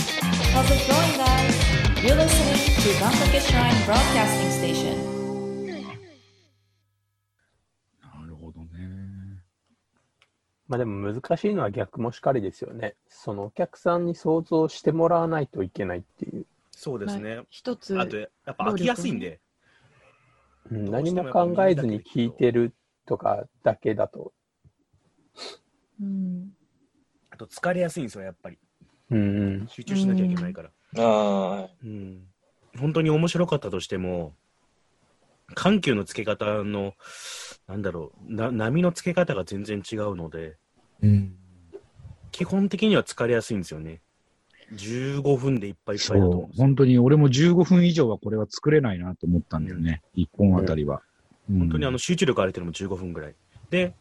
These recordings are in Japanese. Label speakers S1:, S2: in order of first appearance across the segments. S1: of the Going Live. You're listening to Gankake Shrine Broadcasting Station.
S2: なるほどね。
S3: まあでも難しいのは逆もしかりですよね。そのお客さんに想像してもらわないといけないっていう。
S4: そうですね。
S5: 一つ
S4: あと、やっぱ飽きやすいんで、
S3: うん
S4: どう
S3: 何
S4: して
S3: も
S4: もやっぱ
S3: 考えずに聞いてるとかだけだと。
S5: うん、
S4: あと疲れやすいんですよ、やっぱり。
S3: うん。
S4: 集中しなきゃいけないから。
S6: あ
S4: うん。本当に面白かったとしても、緩急のつけ方の、なんだろう、な波のつけ方が全然違うので、
S2: うん。
S4: 基本的には疲れやすいんですよね。15分でいっぱいいっぱいだと思うん
S2: そ
S4: で
S2: う。
S4: すよ
S2: 本当に俺も15分以上はこれは作れないなと思ったんだよね。一本あたりは。本
S4: 本当にあの、集中力ある程度も15分ぐらい。で、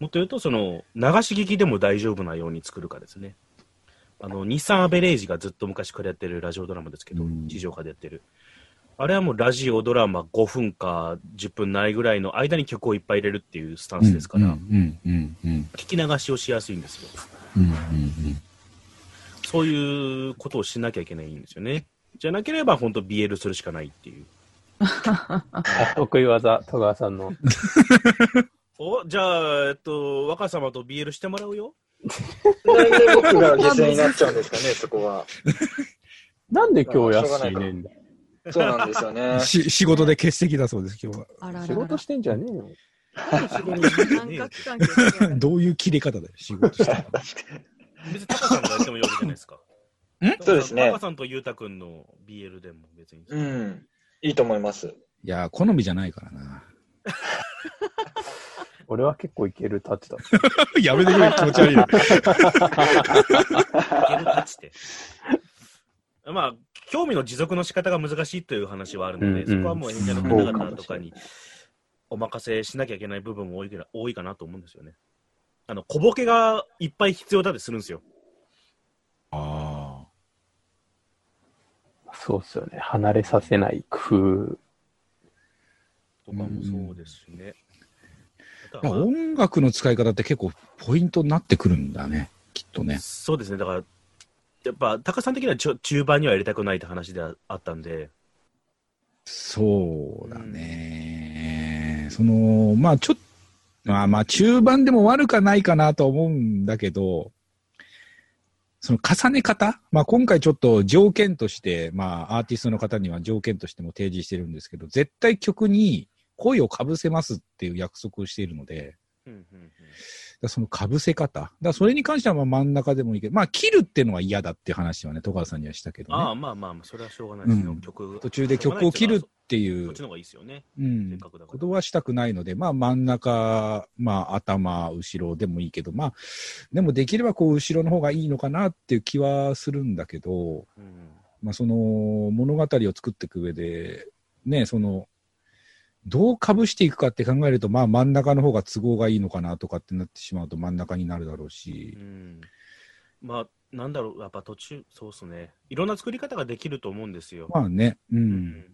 S4: もっと言うと、その、流し聞きでも大丈夫なように作るかですね。あの、日産アベレージがずっと昔からやってるラジオドラマですけど、
S2: うん
S4: 地上波でやってる。あれはもうラジオドラマ5分か10分ないぐらいの間に曲をいっぱい入れるっていうスタンスですから、
S2: うんうんうん
S4: 聞き流しをしやすいんですよ。
S2: うんうんうん
S4: そういうことをしなきゃいけないんですよね。じゃなければ本当 BL するしかないっていう。
S3: あ得意技、戸川さんの。
S4: お、じゃあ、えっと、若様と BL してもらうよ。
S6: あ。なんで僕が犠牲になっちゃうんです かね、そこは。
S3: なんで今日安いねんだよ
S6: そうなんですよね。
S2: し仕事で欠席だそうです、今日
S5: あららら
S3: 仕事してんじゃねえよ。
S4: 仕事してんじゃねえ
S5: 三
S4: よ
S5: 角関係
S2: は。どういう切れ方だよ、仕事して。
S4: 別にタカさんがやってもよくじゃないですか。 ん
S6: そうですね
S4: タカさんとユータくんの BL でも別に。
S6: うん。いいと思います。
S2: いや、好みじゃないからな。
S3: 俺は結構いける立ちだ。
S2: やめてくれ、気持ち悪いな。
S4: いけるかっつって。 まあ、興味の持続の仕方が難しいという話はあるので、
S3: うんうん
S4: そこはもう演者の方々とかにお任せしなきゃいけない部分も多いけど多いかなと思うんですよね。あの、小ボケがいっぱい必要だってするんですよ。
S2: あ
S3: そうっすよね。離れさせない工夫。
S4: とかもそうですしね。あ
S2: あ。
S4: とはまあ
S2: 音楽の使い方って結構ポイントになってくるんだね、きっとね。
S4: そうですね、だから、やっぱ、タカさん的にはちょ中盤には入れたくないって話でああったんで、
S2: そうだね。その、まあちょっと、まあまあ中盤でも悪かないかなと思うんだけど、その重ね方まあ今回ちょっと条件として、まあアーティストの方には条件としても提示してるんですけど、絶対曲に声をかぶせますっていう約束をしているので、
S4: うんうんうん
S2: だからそのかぶせ方。だからそれに関してはまあ真ん中でもいいけど、まあ切るっていうのは嫌だっていう話はね、戸川さんにはしたけどね。
S4: ああ、まあまあまあ、それはしょうがないですよ、
S2: うん
S4: 曲が
S2: 途中で曲を切るってい
S4: そうっちの方がいいですよね、
S2: うん
S4: せっかくだか
S2: こ
S4: ら。
S2: とはしたくないので、まあ真ん中、まあ頭、後ろでもいいけど、まあ、でもできればこう後ろの方がいいのかなっていう気はするんだけど、
S4: うん
S2: まあその物語を作っていく上で、ね、その、どう被していくかって考えると、まあ真ん中の方が都合がいいのかなとかってなってしまうと真ん中になるだろう
S4: う
S2: し、
S4: んまあ、なんだろう、やっぱ途中、そうっすね、いろんな作り方ができると思うんですよ。
S2: まあね、う。
S4: うんん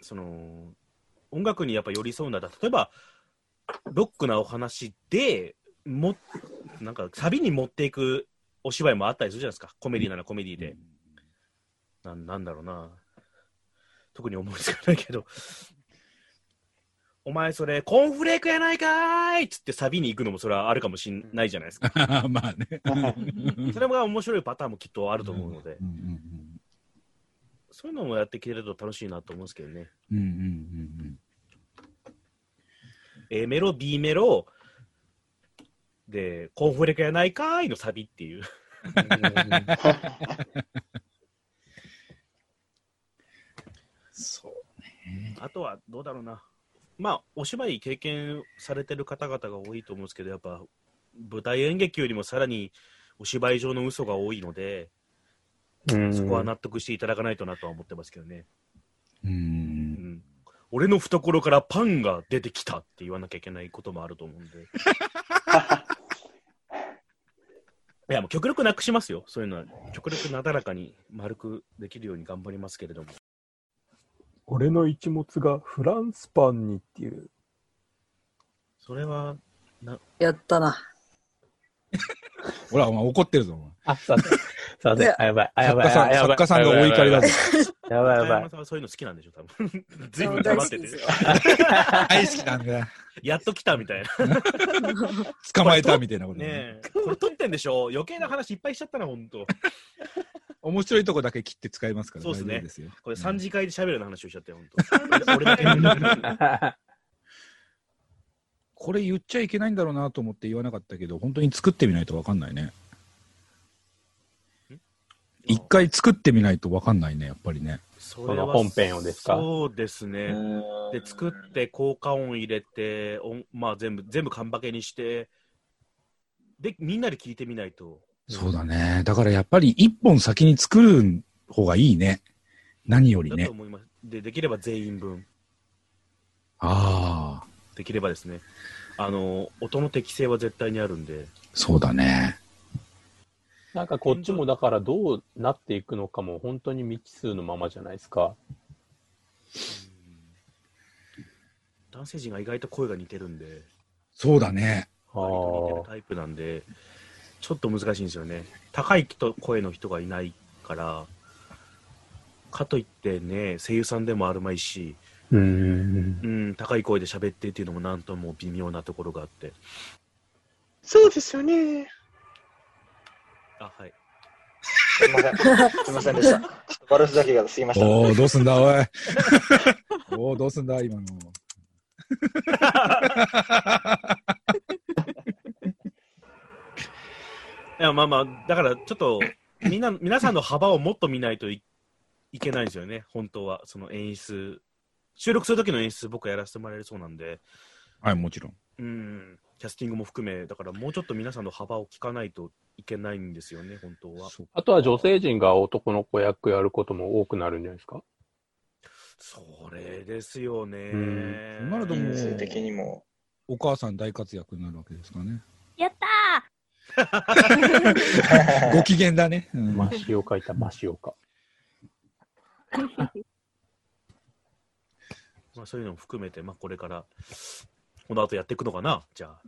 S4: その音楽にやっぱ寄り添うんだったら例えばロックなお話でもなんかサビに持っていくお芝居もあったりするじゃないですかコメディならコメディで、なんなんだろうな特に思いつかないけど「お前それコーンフレークやないかーい!」っつってサビに行くのもそれはあるかもしんないじゃないですか
S2: まあね。
S4: それが面白いパターンもきっとあると思うので、
S2: うんうん
S4: そういうのもやっていけると楽しいなと思うんですけどね
S2: うん。うんうんうんうん。
S4: A メロ、B メロ、で、コーンフレークやないかーいのサビっていう。
S2: そう。
S4: あとは、どうだろうな。まあ、お芝居経験されてる方々が多いと思うんですけど、やっぱ、舞台演劇よりもさらにお芝居上の嘘が多いので、
S3: うん
S4: そこは納得していただかないとなとは思ってますけどね。
S2: う。
S4: うんん。俺の懐からパンが出てきたって言わなきゃいけないこともあると思うんで。 いや、もう極力なくしますよ。そういうのは。極力なだらかに丸くできるように頑張りますけれども。
S3: 俺の一物がフランスパンにっていう。
S4: それは、
S5: やったな。
S2: ほら、お前怒ってるぞ、お前。
S3: あ、さて、すいません。あ、やばい。あ、やばい。
S2: 作家さん
S3: あやば
S2: 作家さんがお怒りだぞ。
S3: やばいや
S4: 中
S3: ばい
S4: 山。さんはそういうの好きなんでしょ、多分。 ずいぶん黙ってて
S5: 大好きで。
S2: 大好きなんだ。
S4: やっと来たみたいな。
S2: 捕まえたみたいなこと。
S4: ねえ。これ撮ってんでしょ余計な話いっぱいしちゃったな、ほんと。
S2: 面白いとこだけ切って使いますから
S4: そ
S2: 大
S4: うで
S2: 丈
S4: す
S2: 夫
S4: ね
S2: ですよ。
S4: これ
S2: う
S4: 三
S2: ん
S4: 次会で喋るような話をしちゃったよ、ほん と。俺だけ。
S2: これ言っちゃいけないんだろうなと思って言わなかったけど、本当に作ってみないとわかんないね。一回作ってみないとわかんないね、やっぱりね。
S4: それ
S3: そ
S4: は
S3: の本編をですか
S4: そうですね。で、作って、効果音入れて、音まあ全部、全部カンバケにして、で、みんなで聞いてみないと。
S2: そうだね。だからやっぱり一本先に作る方がいいね。何より
S4: だ
S2: ね
S4: と。思います。で、できれば全員分。
S2: ああ、
S4: できればですね。あの、音の適性は絶対にあるんで。
S2: そうだね。
S3: なんかこっちもだからどうなっていくのかも本当に未知数のままじゃないですか。
S4: 男性陣が意外と声が似てるんで、
S2: そうだね。
S3: あ
S4: 割と似てる
S3: ー
S4: タイプなんで、ちょっと難しいんですよね。高い人声の人がいないから、かといってね、声優さんでもあるまいし、
S3: うーん。
S4: うん、高い声で喋ってっていうのもなんとも微妙なところがあって。
S6: そうですよね。
S4: あ、はい。
S6: すいません。すいませんでした。ちょっとバラすだけが過ぎました。
S2: おお、どうすんだ、おい。 おお、どうすんだ、今の。
S4: いや、まあまあ、だからちょっと、 みんな、皆さんの幅をもっと見ないといいけないんですよね、本当は。その演出、収録する時の演出、僕やらせてもらえるそうなんで、
S2: はい、もちろん。
S4: うん、キャスティングも含め、だからもうちょっと皆さんの幅を聞かないといけないんですよね、本当は。
S2: そう
S3: あとは女性陣が男の子役やることも多くなるんじゃないですか。
S4: それですよね
S3: うん。
S2: そうなるとも
S6: 人
S2: う
S6: 数的にも。
S2: お母さん大活躍になるわけですからね。
S5: やった
S2: ご機嫌だね。うん
S3: マシオカいた、マシオカ。
S4: まあ、そういうのも含めて、まあ、これから、この後やっていくのかな、じゃあ。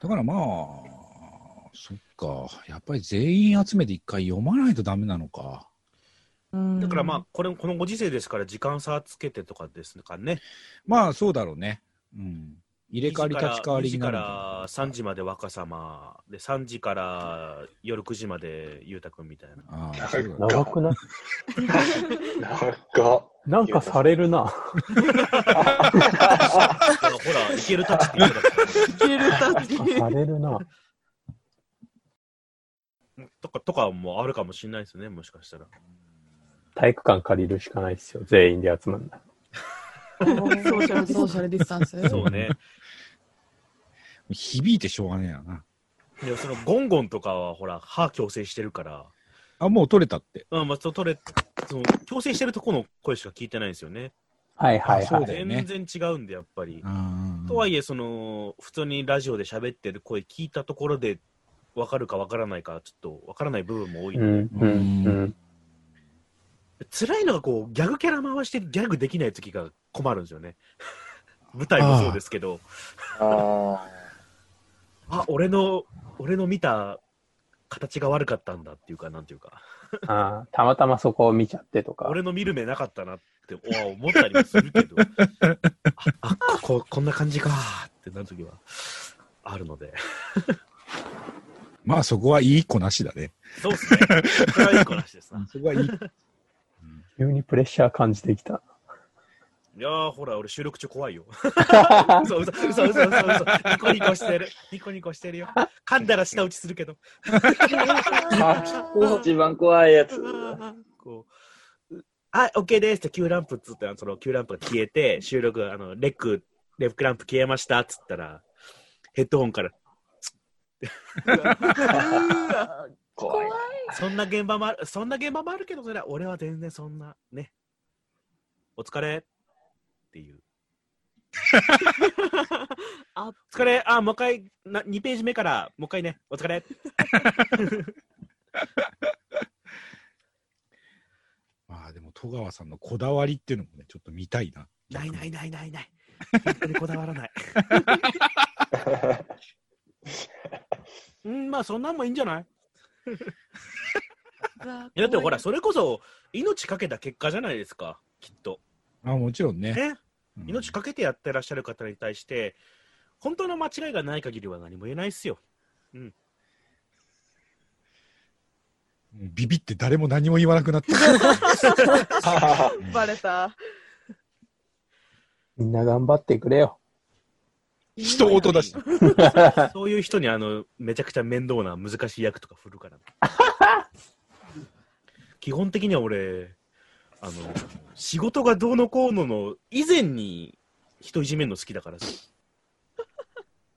S2: だからまあ、そっか。やっぱり全員集めて一回読まないとダメなのか。
S5: ー
S4: だからまあ、これ、このご時世ですから、時間差つけてとかですかね。
S2: まあそうだろうね。うん。入れ替わり立ち替わりになる
S4: 2
S2: ん
S4: 時
S2: じゃ
S4: から3時まで若様で3時から夜9時まで裕太君み たいな
S2: ないああ、そうだね。
S3: 長くない
S6: なんか、
S3: なんかされるな。
S4: ほらほらいけるたちって言ってたから
S5: 消えるたち
S3: なんかされるな。
S4: とかとかもあるかもしれないですねもしかしたら
S3: 体育館借りるしかないですよ。全員で集まんない。
S5: ソーシャルソーシャルディスタンス
S4: そう ね
S2: 響いてしょうがねえよな。
S4: でもそのゴンゴンとかはほら歯矯正してるから
S2: あ、もう取れたって。
S4: うんまあそ取れその矯正してるとこの声しか聞いてないんですよね
S3: はいはい
S2: あそ
S3: は
S2: うだ
S3: い。
S2: よ
S4: 全
S2: ね
S4: 然違うんでやっぱり
S2: あ
S4: とはい
S2: え。
S4: いえその普通にラジオで喋ってる声聞いたところで分かるか分からないかちょっと分からない部分も多いん
S3: う
S4: で
S3: んうんうん。
S4: 辛いのがこうギャグキャラ回してギャグできない時が困るんですよね 舞台もそうですけど
S6: あ
S4: あ俺の俺の見た形が悪かったんだっていうかなんていうか
S3: ああ、たまたまそこを見ちゃってとか。
S4: 俺の見る目なかったなってお思ったりもするけ どああこここんな感じかーってなる時はあるの で
S2: まあそこはいい子なしだね。
S4: そうですねこれはいい話ですな
S2: そこはいい。
S3: 急にプレッシャー感じてきた。
S4: いやーほら俺収録中怖いよ嘘嘘嘘嘘嘘嘘ニコニコしてるニコニコしてるよ噛んだら舌打ちするけど
S6: あ。 一番怖いやつ。
S4: こう、うあ、OK ですって、Q ランプっつって、あのその Q ランプが消えて、収録、あの、レック、レックランプ消えましたっつったら、ヘッドホンから、
S6: 怖い。
S4: そんな現場もある、そんな現場もあるけど、それは、俺は全然そんな、ね。お疲れっていう。
S5: あ
S4: お疲れあ、もう一回、な2ページ目から、もう一回ね、お疲れ
S2: まあでも戸川さんのこだわりっていうのもね、ちょっと見たいな。
S4: ないないないないない。本当にこだわら ない。うん、まあ、そんなんもいいんじゃない
S5: だ
S4: いやだってほら、それこそ命かけた結果じゃないですか、きっと。
S2: あ、もちろんね。
S4: ね、
S2: うん
S4: 命かけてやってらっしゃる方に対して、本当の間違いがない限りは何も言えないっすよ。
S2: ビビって誰も何も言わなくなった。
S5: バレた。
S3: みんな頑張ってくれよ。
S2: 人事だし。
S4: そういう人にあのめちゃくちゃ面倒な難しい役とか振るから、ね、基本的には俺あの仕事がどうのこうのの以前に人いじめるの好きだからさ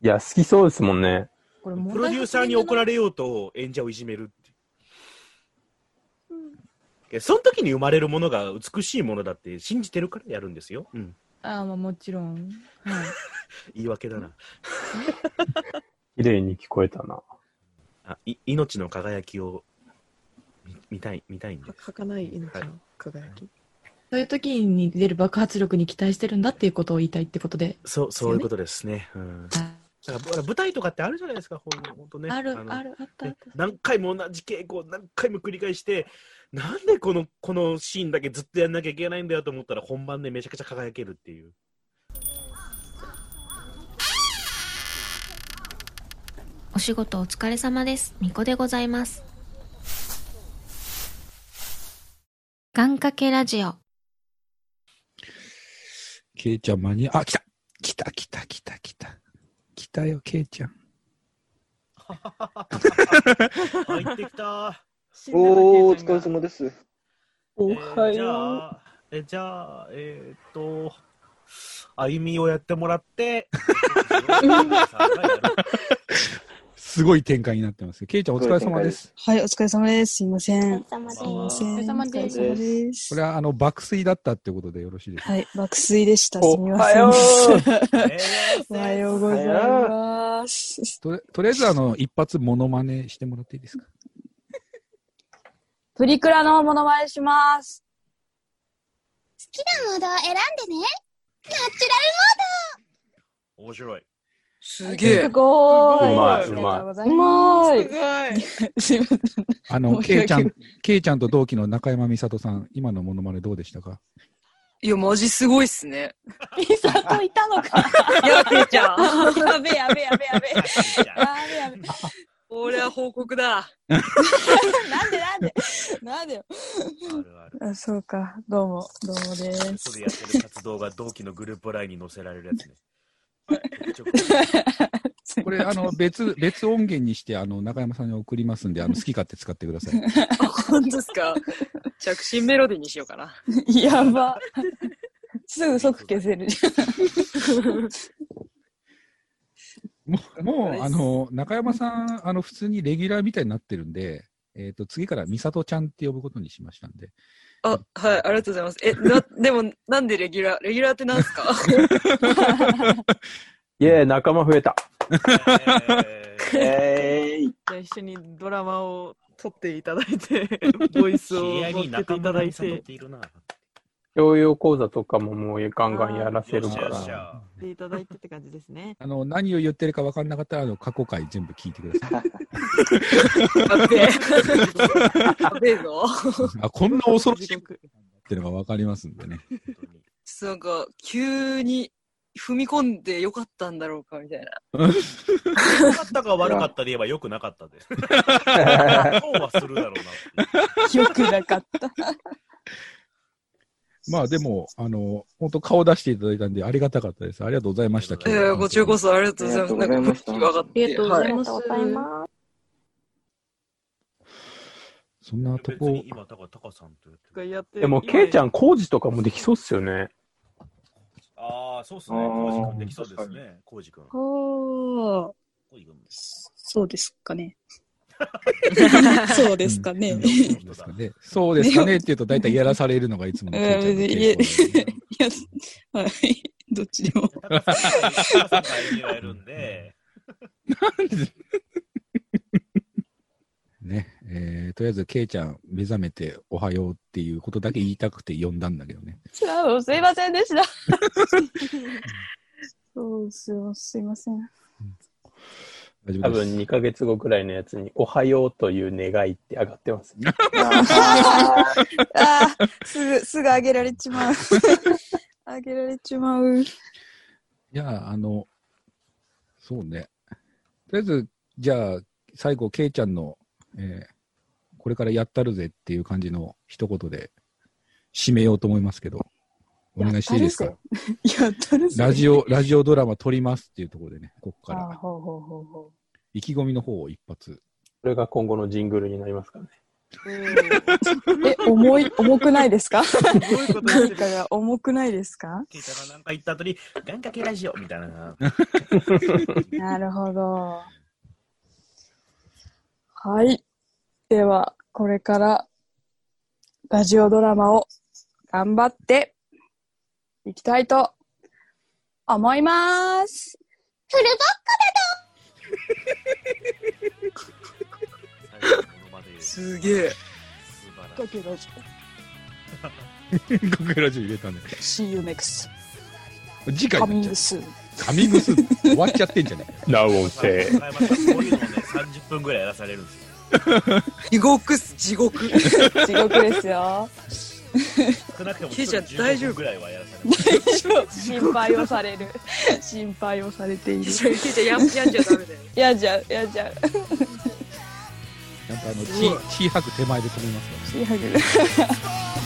S3: いや、好きそうですもんね。
S5: これ
S4: プロデューサーに怒ら
S5: れ
S4: れようと演者をいじめるっていういやその時に生まれるものが美しいものだって信じてるからやるんですよ、うん、
S5: ああ、まあもちろん。はい。
S4: 言い訳だな
S3: 綺麗に聞こえたな。
S4: あい命の輝きを見見たい見たいんで
S7: かない命の輝き。
S5: そういう時に出る爆発力に期待してるんだっていうことを言いたいってことで。
S4: そうそういうことですね、うんだからほら舞台とかってあるじゃないですか、ほんほんとね。
S5: ある
S4: の
S5: あるあったあっ
S4: ね
S5: た。
S4: 何回も同じ稽古を何回も繰り返して、なんでこのこのシーンだけずっとやんなきゃいけないんだよと思ったら、本番でめちゃくちゃ輝けるっていう。
S8: お仕事お疲れ様です。みこでございます。願掛けラジオ。
S2: ケイちゃん間に、あ、来た来た来た来た来た。来たよ、ケイちゃん。
S4: 入ってき た。
S6: おー、お疲れ様です。
S3: お
S4: えーじゃあ、えじゃあ、えーっと、歩みをやってもら って、
S2: すごい展開になってますよ。ケイちゃんお疲れ様です。
S9: はい、お疲れ様です。すいません。
S8: 様
S9: すいません。
S5: お疲れ様です
S9: お疲れ様です
S2: これはあの爆睡だったってことでよろしいですか、
S9: はい、爆睡でした。す
S3: お
S9: みま
S3: は
S9: せん。
S3: よ
S4: え
S9: おはようご ざいます。
S2: とりとりあえずあの一発モノマネしてもらっていいですか
S7: プリクラのモノマネします。
S8: モードを選んでね。
S4: ー面白い。
S9: す
S7: すごーい。
S3: うまい
S7: ありがとうございます。うまい。
S9: すいません。
S2: あの、
S9: 申し
S2: ケイ
S9: 訳
S2: ちゃん、ケイちゃんと同期の中山美里さん、今のモノマネどうでしたか
S9: いや、マジすごいっすね。
S7: ミサトいたのか。
S9: やべえじゃん。
S7: やべえやべえやべえやべえ。やべえやべ
S9: 俺は報告 だ。
S7: え。なんでなんでなんでよ。
S4: あるある。
S9: あ、そうか。どうも、どうもで
S4: そ
S9: す
S4: れ。やってる活動が同期のグループラインに載せられるやつね。
S2: これ、あの、別、別音源にして、あの、中山さんに送りますんで、あの、好き勝手使ってください。
S9: 本当ですか。着信メロディーにしようかな。
S7: やば。すぐ即消せる。
S2: もう、もう、あの、中山さん、あの、普通にレギュラーみたいになってるんで、えっ、と、次から美里ちゃんって呼ぶことにしましたんで。
S9: あ、はい、ありがとうございます。え、な、でも、なんでレギュラー、レギュラーってなんすか
S3: イェーイ、仲間増えた。
S4: え
S6: えーい。
S7: じゃあ一緒にドラマを撮っていただいて、ボイス
S4: ー
S7: を
S4: 知り合い
S7: 乗っ
S4: に
S7: けて
S4: 仲
S7: いただ
S4: 間
S7: い、
S4: に誘ってているな。
S3: 教養講座とかももうガンガンやらせるか
S4: よっしゃよっし
S3: ら。
S4: ゃ
S7: いただいてって感じですね。
S2: あの、何を言ってるか分かんなかったら、あの、過去回全部聞いてく ださ い。
S9: やべえ。やべえぞ。
S2: あ、こんな恐ろしい
S7: 地
S2: っ
S7: 獄
S2: ていうのが分かりますんでね。
S4: 本当に
S9: ちょっとなんか、急に踏み込んでよかったんだろうか、みたいな。
S4: 良かったか悪かったで言えば良くなかったです。そうはするだろうなっていう。
S7: よくなかった。
S2: まあ、でも、あの、本当顔出していただいたんで、ありがたかったです。ありがとうございました。
S4: え
S9: え
S4: え
S9: ー、こちらこそありがとうございます。
S6: ありがとうございました
S9: なんか、分かって。はい
S5: ます。
S2: そんなと
S4: 別
S2: こ
S4: に、今、だからタカさんとやってる。
S7: やって
S3: でも、ケイちゃ
S7: ん。
S3: ん、工事とかもできそうっすよね。
S4: ああ、そうっすね。
S6: あー
S4: コウジ君できそうですね。コウジ君。コ
S10: おー
S4: ウジ君。
S10: そうですかね。 そうですかね。
S2: うん
S10: い
S2: そうですかね。そうですかねって言うと、大体やらされるのがいつものケイちゃんの傾向なんで。
S10: や、はい。どっちでも。
S4: タカさんがタカさんが相手をやるんで、
S2: ね、えー、とりあえず、ケイちゃん、目覚めておはようっていうことだけ言いたくて呼んだんだけどね。
S7: すいませんでした。
S10: そうすいません。
S2: え大丈
S3: 多
S2: 夫です。
S3: 分2ヶ月後くらいのやつに、おはようという願いって上がってます。
S10: あーあー、すぐ、すぐあげられち まう。あげられちまう。
S2: じゃあ、あの、そうね。とりあえず、じゃあ、最後、ケイちゃんの、えーこれからやったるぜっていう感じの一言で締めようと思いますけど、お願いしていいです
S10: や
S2: か
S10: っ。やったるぜ。
S2: ラジオ、ラジオドラマ撮りますっていうところでね、ここか
S10: あー
S2: ら、
S10: ほうほうほうほ
S2: 意気込みの方を一 発。
S3: それが今後のジングルになりますからね。
S10: う。え、重い、重くないですか
S7: どういうことやっ
S10: 何
S7: て
S10: か
S7: る
S10: が重くないですか
S4: ケイちゃんがなんか言った後に、願掛けラジオみたいな。
S10: なるほど。はい。では、これから、ラジオドラマを頑張っていきたいと思います。フルボ
S9: すげえ。
S10: ックけど、
S2: 国営ラジオ入れたね。
S10: See you next.
S2: 次回に
S10: Coming
S2: なっち
S10: soon.
S2: ゃう。紙ぐす終わっちゃってんじゃね
S3: なお
S4: そういうのをね、30分ぐ らいやらされるんですよ。
S9: 地獄っす、地獄。
S10: 地獄ですよ。
S4: 少なくとも
S9: ケイちゃん大
S4: 15
S9: 丈夫
S4: 分ぐらいはやらされる。
S10: 心配をされる。心配をされている。
S9: ケイちゃんやんやんじゃダメだよ。
S10: やじゃう、やじゃう。
S2: え。なんかあの、
S9: すごい
S2: 血、血吐く手前で止めますから。
S10: いや